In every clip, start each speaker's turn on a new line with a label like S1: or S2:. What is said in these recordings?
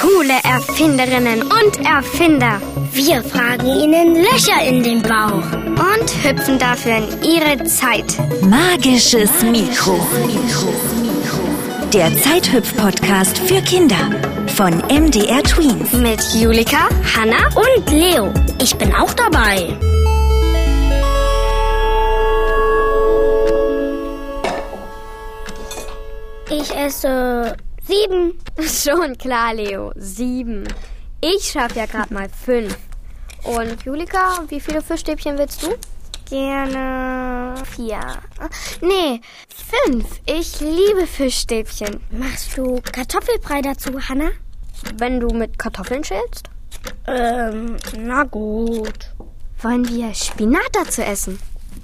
S1: Coole Erfinderinnen und Erfinder. Wir fragen ihnen Löcher in den Bauch und hüpfen dafür in ihre Zeit.
S2: Magisches Mikro. Der Zeithüpf-Podcast für Kinder von MDR Tweens.
S1: Mit Julika, Hanna und Leo. Ich bin auch dabei. Ich esse sieben. Schon klar, Leo. Sieben. Ich schaffe ja gerade mal fünf. Und Julika, wie viele Fischstäbchen willst du? Gerne vier. Nee, fünf. Ich liebe Fischstäbchen.
S3: Machst du Kartoffelbrei dazu, Hanna?
S1: Wenn du mit Kartoffeln schälst?
S3: Ähm, na gut.
S1: Wollen wir Spinat dazu essen?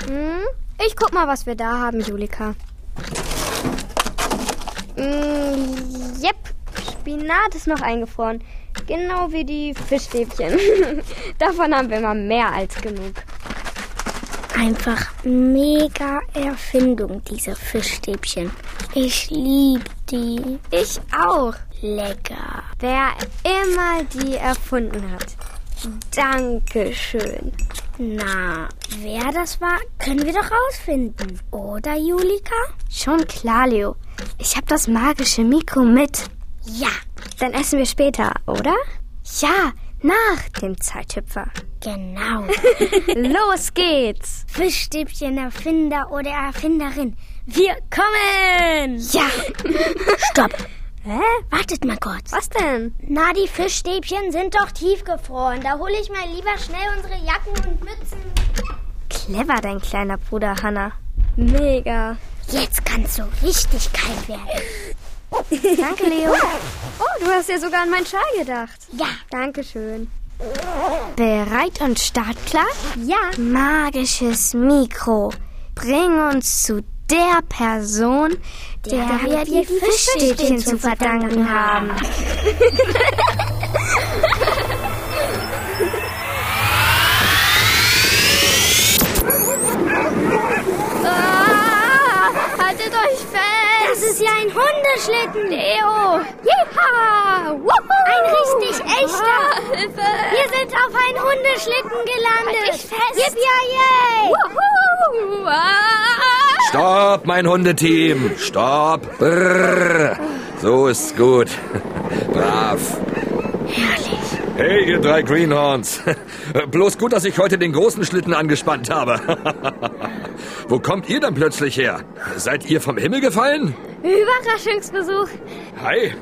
S1: Hm? Ich guck mal, was wir da haben, Julika. Mm, yep, Spinat ist noch eingefroren. Genau wie die Fischstäbchen. Davon haben wir immer mehr als genug.
S3: Einfach mega Erfindung, diese Fischstäbchen. Ich liebe die.
S1: Ich auch.
S3: Lecker.
S1: Wer immer die erfunden hat. Dankeschön.
S3: Na, wer das war, können wir doch rausfinden. Oder, Julika?
S1: Schon klar, Leo. Ich habe das magische Mikro mit.
S3: Ja,
S1: Dann essen wir später, oder? Ja, Ah, nach dem Zeithüpfer.
S3: genau.
S1: Los geht's!
S3: Fischstäbchen-Erfinder oder Erfinderin. Wir kommen!
S1: Ja!
S3: Stopp.
S1: Hä?
S3: Wartet mal kurz.
S1: Was denn?
S3: Na, die Fischstäbchen sind doch tiefgefroren. Da hole ich mal lieber schnell unsere Jacken und Mützen.
S1: Clever, dein kleiner Bruder Hanna. Mega.
S3: Jetzt kannst du richtig kalt werden.
S1: Danke, Leo. Oh, du hast ja sogar an meinen Schal gedacht.
S3: Ja,
S1: Dankeschön. Bereit und startklar?
S3: ja.
S1: Magisches Mikro. Bring uns zu der Person, der, wir die Fischstäbchen zu verdanken haben. ah, haltet euch fest!
S3: Das ist ja ein Hundeschlitten.
S1: Leo! Jeha! Wuhu!
S3: Ein richtig echter.
S1: Ah, Hilfe!
S3: Wir sind auf einen Hundeschlitten gelandet.
S1: Halt dich fest.
S3: Yippie, yay.
S1: Wuhu! Ah!
S4: Stopp, mein Hundeteam! Stopp! Brrr. So ist's gut. Brav. Herrlich. Hey, ihr drei Greenhorns. Bloß gut, dass ich heute den großen Schlitten angespannt habe. Wo kommt ihr denn plötzlich her? Seid ihr vom Himmel gefallen?
S1: Überraschungsbesuch.
S4: Hi.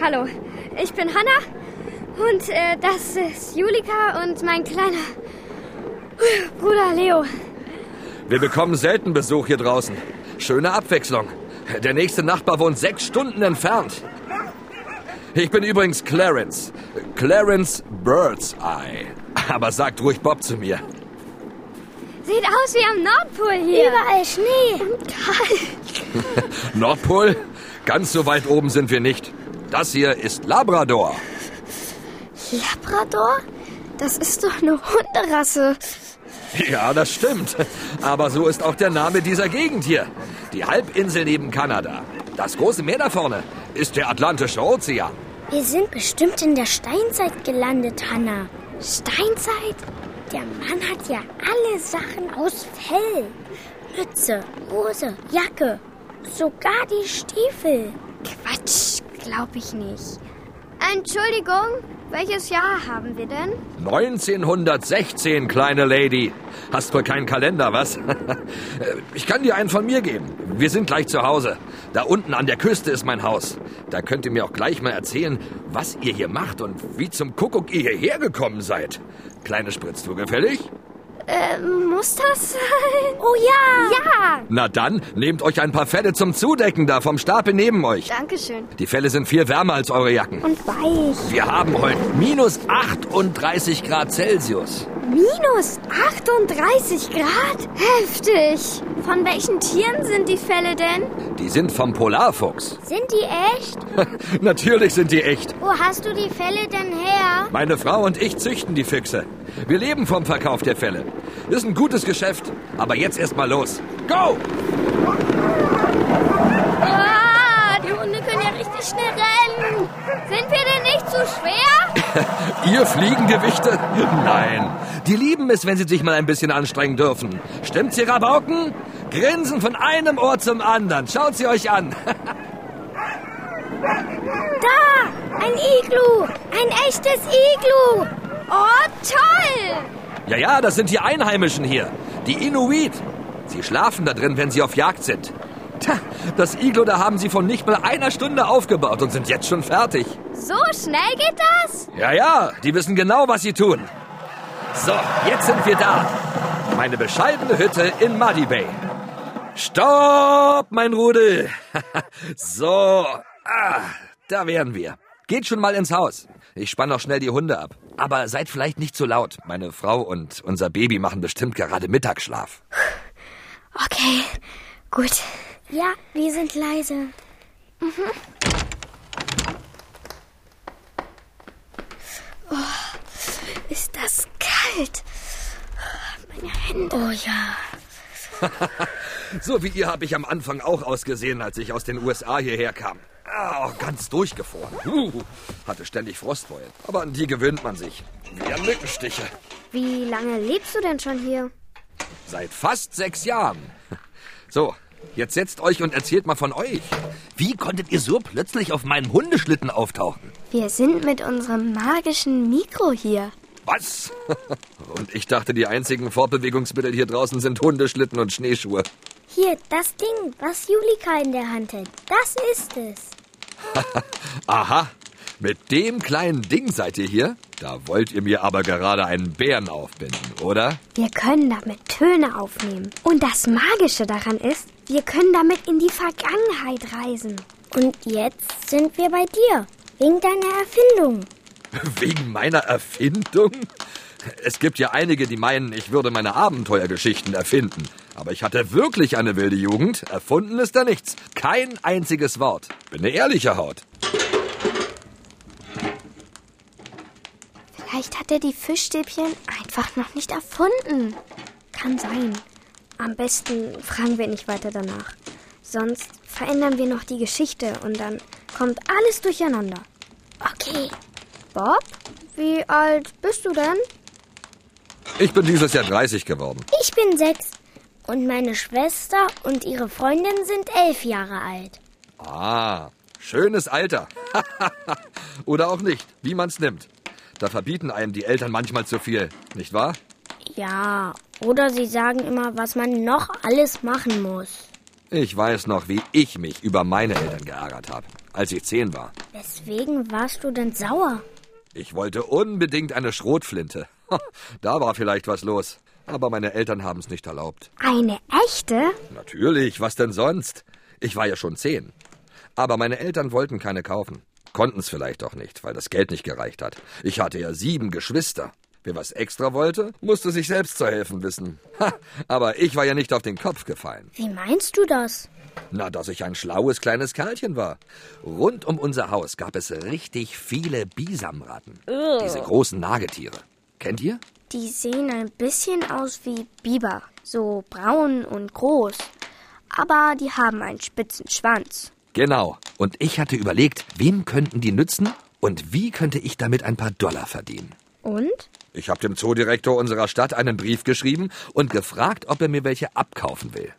S1: Hallo, ich bin Hanna und äh, das ist Julika und mein kleiner Bruder Leo.
S4: Wir bekommen selten Besuch hier draußen. Schöne Abwechslung. Der nächste Nachbar wohnt sechs Stunden entfernt. Ich bin übrigens Clarence. Clarence Bird's Eye. Aber sagt ruhig Bob zu mir.
S1: Sieht aus wie am Nordpol hier.
S3: Überall Schnee.
S4: Nordpol? Ganz so weit oben sind wir nicht. Das hier ist Labrador.
S1: Labrador? Das ist doch eine Hunderasse.
S4: Ja, das stimmt. Aber so ist auch der Name dieser Gegend hier. Die Halbinsel neben Kanada. Das große Meer da vorne ist der Atlantische Ozean.
S3: Wir sind bestimmt in der Steinzeit gelandet, Hanna. Steinzeit? Der Mann hat ja alle Sachen aus Fell. Mütze, Hose, Jacke, sogar die Stiefel.
S1: Quatsch, glaub ich nicht. Entschuldigung, welches Jahr haben wir denn?
S4: 1916, kleine Lady. Hast wohl keinen Kalender, was? Ich kann dir einen von mir geben. Wir sind gleich zu Hause. Da unten an der Küste ist mein Haus. Da könnt ihr mir auch gleich mal erzählen, was ihr hier macht und wie zum Kuckuck ihr hierher gekommen seid. Kleine Spritztour gefällig?
S1: Muss das sein?
S3: Oh ja!
S1: Ja!
S4: Na dann, nehmt euch ein paar Felle zum Zudecken da vom Stapel neben euch.
S1: Dankeschön.
S4: Die Felle sind viel wärmer als eure Jacken.
S3: Und weich.
S4: Wir haben heute minus 38 Grad Celsius.
S1: Minus 38 Grad? Heftig. Von welchen Tieren sind die Fälle denn?
S4: Die sind vom Polarfuchs.
S3: Sind die echt?
S4: Natürlich sind die echt.
S3: Wo hast du die Felle denn her?
S4: Meine Frau und ich züchten die Füchse. Wir leben vom Verkauf der Felle. Ist ein gutes Geschäft, aber jetzt erst mal los. Go!
S1: Ah, die Hunde können ja richtig schnell rennen. Sind wir denn nicht zu schwer?
S4: Ihr Fliegengewichte? Nein. Die lieben es, wenn sie sich mal ein bisschen anstrengen dürfen. Stimmt's, ihr Rabauken? Grinsen von einem Ohr zum anderen. Schaut sie euch an.
S3: Da! Ein Iglu! Ein echtes Iglu!
S1: Oh, toll.
S4: Ja, ja, das sind die Einheimischen hier. Die Inuit. Sie schlafen da drin, wenn sie auf Jagd sind. Tja, das Iglo, da haben sie von nicht mal einer Stunde aufgebaut und sind jetzt schon fertig.
S1: So schnell geht das?
S4: Ja, ja, die wissen genau, was sie tun. So, jetzt sind wir da. Meine bescheidene Hütte in Muddy Bay. Stopp, mein Rudel. so, ah, da wären wir. Geht schon mal ins Haus. Ich spann noch schnell die Hunde ab. Aber seid vielleicht nicht zu laut. Meine Frau und unser Baby machen bestimmt gerade Mittagsschlaf.
S1: Okay, gut. Mhm.
S3: Ja, wir sind leise.
S1: Oh, Ist das kalt?
S3: Oh ja.
S4: So wie ihr habe ich am Anfang auch ausgesehen, als ich aus den USA hierher kam. Ah, ganz durchgefroren. Uh, hatte ständig Frostbeulen. Aber an die gewöhnt man sich. Wie an Mückenstiche.
S1: Wie lange lebst du denn schon hier?
S4: Seit fast sechs Jahren. So, jetzt setzt euch und erzählt mal von euch. Wie konntet ihr so plötzlich auf meinem Hundeschlitten auftauchen?
S1: Wir sind mit unserem magischen Mikro hier.
S4: Was? Und ich dachte, die einzigen Fortbewegungsmittel hier draußen sind Hundeschlitten und Schneeschuhe.
S3: Hier, das Ding, was Julika in der Hand hält. Das ist es.
S4: Aha, mit dem kleinen Ding seid ihr hier? Da wollt ihr mir aber gerade einen Bären aufbinden, oder?
S1: Wir können damit Töne aufnehmen. Und das Magische daran ist, wir können damit in die Vergangenheit reisen.
S3: Und jetzt sind wir bei dir. Wegen deiner Erfindung.
S4: Wegen meiner Erfindung? Es gibt ja einige, die meinen, ich würde meine Abenteuergeschichten erfinden. Aber ich hatte wirklich eine wilde Jugend. Erfunden ist da nichts. Kein einziges Wort. Bin eine ehrliche Haut.
S1: Vielleicht hat er die Fischstäbchen einfach noch nicht erfunden. Kann sein. Am besten fragen wir nicht weiter danach. Sonst verändern wir noch die Geschichte und dann kommt alles durcheinander.
S3: Okay.
S1: Bob, wie alt bist du denn?
S4: Ich bin dieses Jahr 30 geworden.
S3: Ich bin sechs. Und meine Schwester und ihre Freundin sind elf Jahre alt.
S4: Ah, schönes Alter. Oder auch nicht, wie man's nimmt. Da verbieten einem die Eltern manchmal zu viel, nicht wahr?
S3: Ja, oder sie sagen immer, was man noch alles machen muss.
S4: Ich weiß noch, wie ich mich über meine Eltern geärgert habe, als ich zehn war.
S3: Weswegen warst du denn sauer?
S4: Ich wollte unbedingt eine Schrotflinte. Da war vielleicht was los. Aber meine Eltern haben es nicht erlaubt.
S1: Eine echte?
S4: Natürlich, was denn sonst? Ich war ja schon zehn. Aber meine Eltern wollten keine kaufen. Konnten es vielleicht auch nicht, weil das Geld nicht gereicht hat. Ich hatte ja sieben Geschwister. Wer was extra wollte, musste sich selbst zu helfen wissen. Ha, aber ich war ja nicht auf den Kopf gefallen.
S3: Wie meinst du das?
S4: Na, dass ich ein schlaues kleines Kerlchen war. Rund um unser Haus gab es richtig viele Bisamratten. Diese großen Nagetiere. Kennt ihr?
S1: Die sehen ein bisschen aus wie Biber, so braun und groß. Aber die haben einen spitzen Schwanz.
S4: Genau. Und ich hatte überlegt, wem könnten die nützen und wie könnte ich damit ein paar Dollar verdienen.
S1: Und?
S4: Ich habe dem Zoodirektor unserer Stadt einen Brief geschrieben und gefragt, ob er mir welche abkaufen will.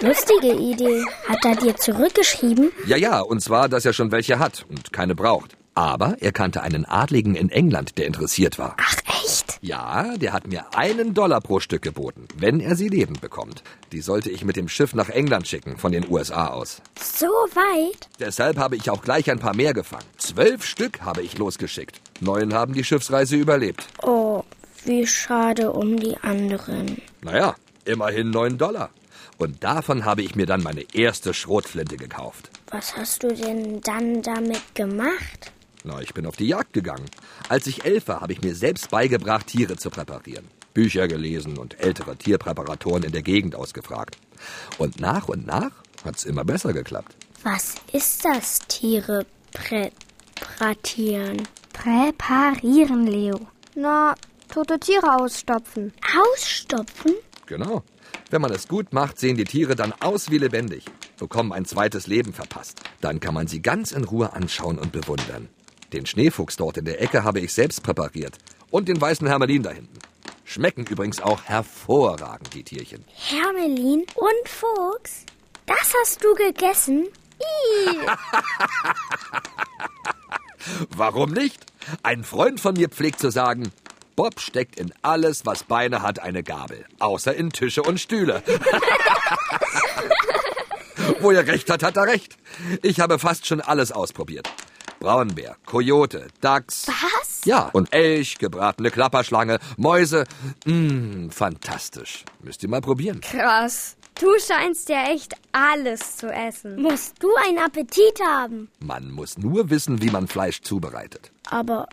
S3: Lustige Idee. Hat er dir zurückgeschrieben?
S4: Ja, ja, und zwar, dass er schon welche hat und keine braucht. Aber er kannte einen Adligen in England, der interessiert war.
S1: Ach echt?
S4: Ja, der hat mir einen Dollar pro Stück geboten, wenn er sie lebend bekommt. Die sollte ich mit dem Schiff nach England schicken, von den USA aus.
S3: So weit?
S4: Deshalb habe ich auch gleich ein paar mehr gefangen. Zwölf Stück habe ich losgeschickt. Neun haben die Schiffsreise überlebt.
S3: Oh, wie schade um die anderen.
S4: Naja, immerhin neun Dollar. Und davon habe ich mir dann meine erste Schrotflinte gekauft.
S3: Was hast du denn dann damit gemacht?
S4: Na, ich bin auf die Jagd gegangen. Als ich elf war, habe ich mir selbst beigebracht, Tiere zu präparieren. Bücher gelesen und ältere Tierpräparatoren in der Gegend ausgefragt. Und nach und nach hat's immer besser geklappt.
S3: Was ist das, Tiere präparieren?
S1: Präparieren, Leo. Na, tote Tiere ausstopfen.
S3: Ausstopfen?
S4: Genau. Wenn man es gut macht, sehen die Tiere dann aus wie lebendig. bekommen ein zweites Leben verpasst. Dann kann man sie ganz in Ruhe anschauen und bewundern. Den Schneefuchs dort in der Ecke habe ich selbst präpariert. Und den weißen Hermelin da hinten. Schmecken übrigens auch hervorragend, die Tierchen.
S3: Hermelin und Fuchs? Das hast du gegessen? Ih,
S4: Warum nicht? Ein Freund von mir pflegt zu sagen, Bob steckt in alles, was Beine hat, eine Gabel. Außer in Tische und Stühle. Wo er recht hat, hat er recht. Ich habe fast schon alles ausprobiert. Braunbär, Kojote, Dachs.
S3: was?
S4: Ja, und Elch, gebratene Klapperschlange, Mäuse. Mh, fantastisch. Müsst ihr mal probieren.
S1: Krass. Du scheinst ja echt alles zu essen.
S3: Musst du einen Appetit haben?
S4: Man muss nur wissen, wie man Fleisch zubereitet.
S3: Aber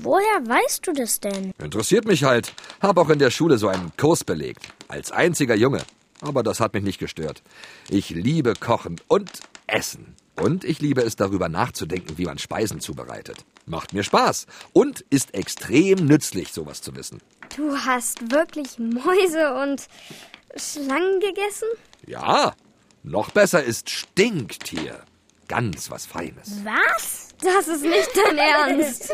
S3: woher weißt du das denn?
S4: Interessiert mich halt. Hab auch in der Schule so einen Kurs belegt. Als einziger Junge. Aber das hat mich nicht gestört. Ich liebe Kochen und Essen. Und ich liebe es, darüber nachzudenken, wie man Speisen zubereitet. Macht mir Spaß. Und ist extrem nützlich, sowas zu wissen.
S1: Du hast wirklich Mäuse und Schlangen gegessen?
S4: Ja, noch besser ist Stinktier. Ganz was Feines.
S3: Was?
S1: Das ist nicht dein Ernst.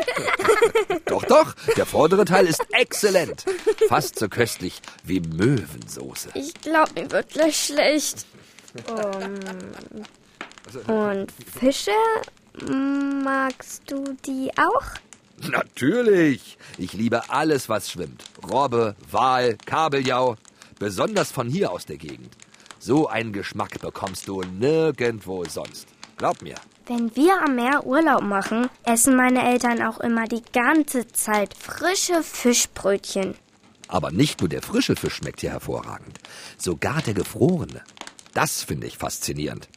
S4: Doch, doch, der vordere Teil ist exzellent. Fast so köstlich wie Möwensoße.
S1: Ich glaube, mir wird gleich schlecht. Um, und Fische? Magst du die auch?
S4: Natürlich. Ich liebe alles, was schwimmt. Robbe, Wal, Kabeljau. Besonders von hier aus der Gegend. So einen Geschmack bekommst du nirgendwo sonst. Glaub mir.
S1: Wenn wir am Meer Urlaub machen, essen meine Eltern auch immer die ganze Zeit frische Fischbrötchen.
S4: Aber nicht nur der frische Fisch schmeckt hier hervorragend. Sogar der gefrorene. Das finde ich faszinierend.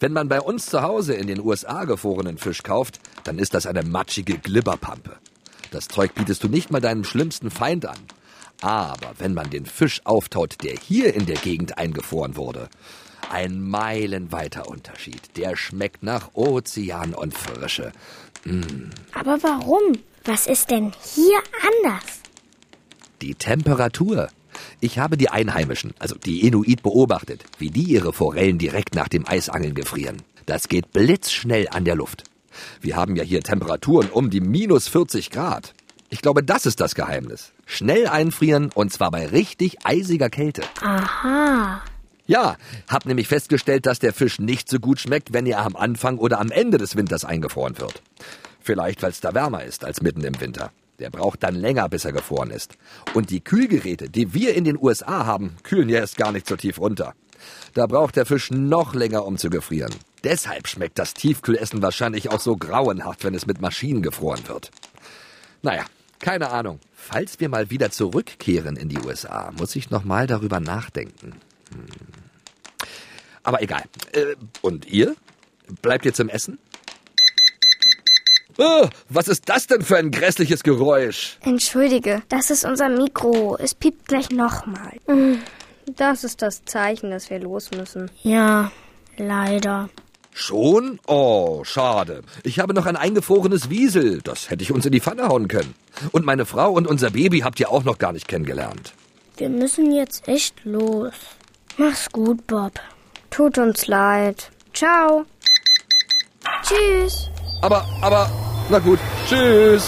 S4: Wenn man bei uns zu Hause in den USA gefrorenen Fisch kauft, dann ist das eine matschige Glibberpampe. Das Zeug bietest du nicht mal deinem schlimmsten Feind an. Aber wenn man den Fisch auftaut, der hier in der Gegend eingefroren wurde, ein meilenweiter Unterschied. Der schmeckt nach Ozean und Frische.
S3: Aber warum? Was ist denn hier anders?
S4: Die Temperatur. Ich habe die Einheimischen, also die Inuit, beobachtet, wie die ihre Forellen direkt nach dem Eisangeln gefrieren. Das geht blitzschnell an der Luft. Wir haben ja hier Temperaturen um die minus 40 Grad. Ich glaube, das ist das Geheimnis. Schnell einfrieren und zwar bei richtig eisiger Kälte.
S3: Aha.
S4: Ja, hab nämlich festgestellt, dass der Fisch nicht so gut schmeckt, wenn er am Anfang oder am Ende des Winters eingefroren wird. Vielleicht, weil es da wärmer ist als mitten im Winter. Der braucht dann länger, bis er gefroren ist. Und die Kühlgeräte, die wir in den USA haben, kühlen ja erst gar nicht so tief runter. Da braucht der Fisch noch länger, um zu gefrieren. Deshalb schmeckt das Tiefkühlessen wahrscheinlich auch so grauenhaft, wenn es mit Maschinen gefroren wird. Naja, keine Ahnung. Falls wir mal wieder zurückkehren in die USA, muss ich nochmal darüber nachdenken. Aber egal. Äh, und ihr? Bleibt ihr zum Essen? Oh, was ist das denn für ein grässliches Geräusch?
S1: Entschuldige, das ist unser Mikro. Es piept gleich nochmal. Das ist das Zeichen, dass wir los müssen.
S3: Ja, leider.
S4: Schon? Oh, schade. Ich habe noch ein eingefrorenes Wiesel. Das hätte ich uns in die Pfanne hauen können. Und meine Frau und unser Baby habt ihr auch noch gar nicht kennengelernt.
S3: Wir müssen jetzt echt los. Mach's gut, Bob.
S1: Tut uns leid. Ciao. Tschüss.
S4: Aber, aber, na gut. Tschüss.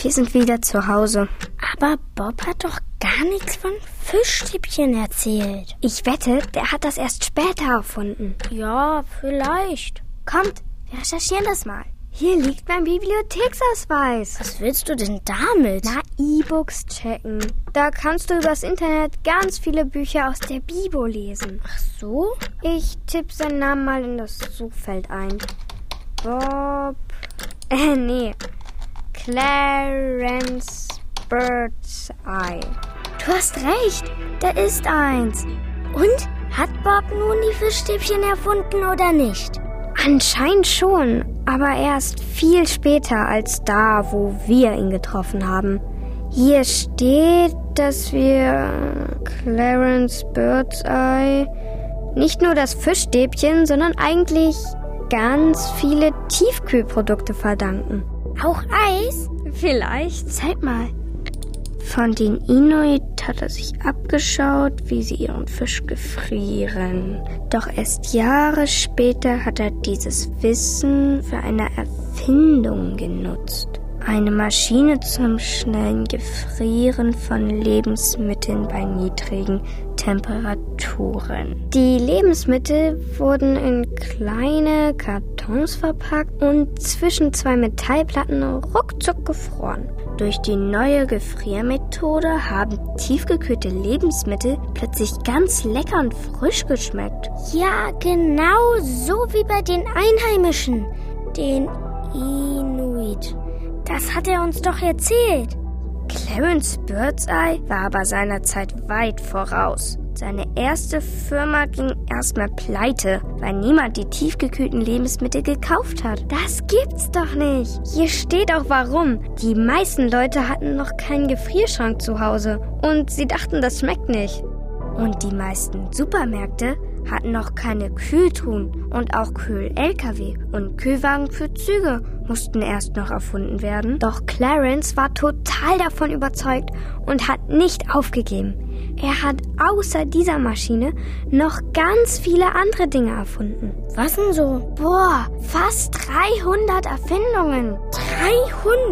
S1: Wir sind wieder zu Hause.
S3: Aber Bob hat doch gar nichts von Fischstäbchen erzählt.
S1: Ich wette, der hat das erst später erfunden.
S3: Ja, vielleicht.
S1: Kommt, wir recherchieren das mal. Hier liegt mein Bibliotheksausweis.
S3: Was willst du denn damit?
S1: Na, E-Books checken. Da kannst du übers Internet ganz viele Bücher aus der Bibel lesen.
S3: Ach so?
S1: Ich tippe seinen Namen mal in das Suchfeld ein. Bob. Äh, nee. Clarence Birdseye.
S3: Du hast recht. Da ist eins. Und? Hat Bob nun die Fischstäbchen erfunden oder nicht?
S1: Anscheinend schon, aber erst viel später als da, wo wir ihn getroffen haben. Hier steht, dass wir Clarence Birdseye nicht nur das Fischstäbchen, sondern eigentlich ganz viele Tiefkühlprodukte verdanken.
S3: Auch Eis?
S1: Vielleicht.
S3: Zeig mal.
S1: Von den Inuit hat er sich abgeschaut, wie sie ihren Fisch gefrieren. Doch erst Jahre später hat er dieses Wissen für eine Erfindung genutzt. Eine Maschine zum schnellen Gefrieren von Lebensmitteln bei niedrigen Temperaturen.
S5: Die Lebensmittel wurden in kleine Kartons verpackt und zwischen zwei Metallplatten ruckzuck gefroren.
S1: Durch die neue Gefriermethode haben tiefgekühlte Lebensmittel plötzlich ganz lecker und frisch geschmeckt.
S3: Ja, genau so wie bei den Einheimischen, den Inuit. Das hat er uns doch erzählt.
S1: Clarence Birdseye war aber seiner Zeit weit voraus. Seine erste Firma ging erstmal pleite, weil niemand die tiefgekühlten Lebensmittel gekauft hat.
S5: Das gibt's doch nicht. Hier steht auch warum. Die meisten Leute hatten noch keinen Gefrierschrank zu Hause und sie dachten, das schmeckt nicht.
S1: Und die meisten Supermärkte hatten noch keine Kühltruhen und auch Kühl-LKW und Kühlwagen für Züge mussten erst noch erfunden werden.
S5: Doch Clarence war total davon überzeugt und hat nicht aufgegeben. Er hat außer dieser Maschine noch ganz viele andere Dinge erfunden.
S3: Was denn so?
S5: Boah, fast 300 Erfindungen.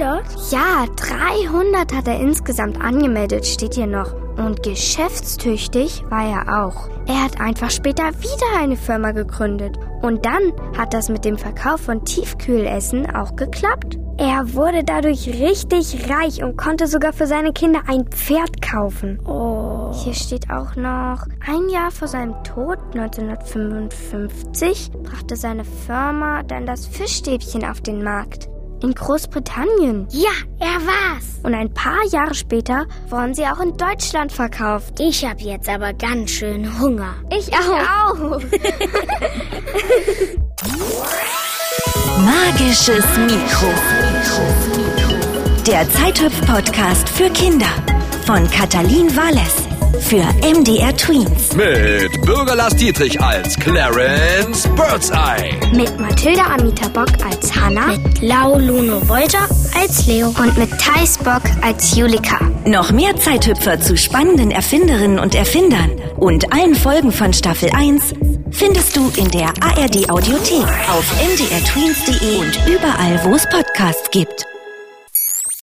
S3: 300?
S5: Ja, 300 hat er insgesamt angemeldet, steht hier noch. Und geschäftstüchtig war er auch. Er hat einfach später wieder eine Firma gegründet. Und dann hat das mit dem Verkauf von Tiefkühlessen auch geklappt. Er wurde dadurch richtig reich und konnte sogar für seine Kinder ein Pferd kaufen.
S3: Oh.
S1: Hier steht auch noch, ein Jahr vor seinem Tod 1955 brachte seine Firma dann das Fischstäbchen auf den Markt. In Großbritannien.
S3: Ja, er war's.
S1: Und ein paar Jahre später wurden sie auch in Deutschland verkauft.
S3: Ich hab jetzt aber ganz schön Hunger.
S5: Ich auch.
S2: Magisches Mikro. Der Zeithüpf-Podcast für Kinder von Katalin Walles für MDR Tweens.
S4: Mit Bürgerlass Dietrich als Clarence Birdseye.
S1: Mit Mathilda Amita Bock als Hannah
S3: Mit Lau Luno Wolter als Leo.
S1: und mit Thais Bock als Julika.
S2: Noch mehr Zeithüpfer zu spannenden Erfinderinnen und Erfindern und allen Folgen von Staffel 1 findest du in E der ARD Audiothek auf mdrtweens.de und überall, wo es Podcasts gibt.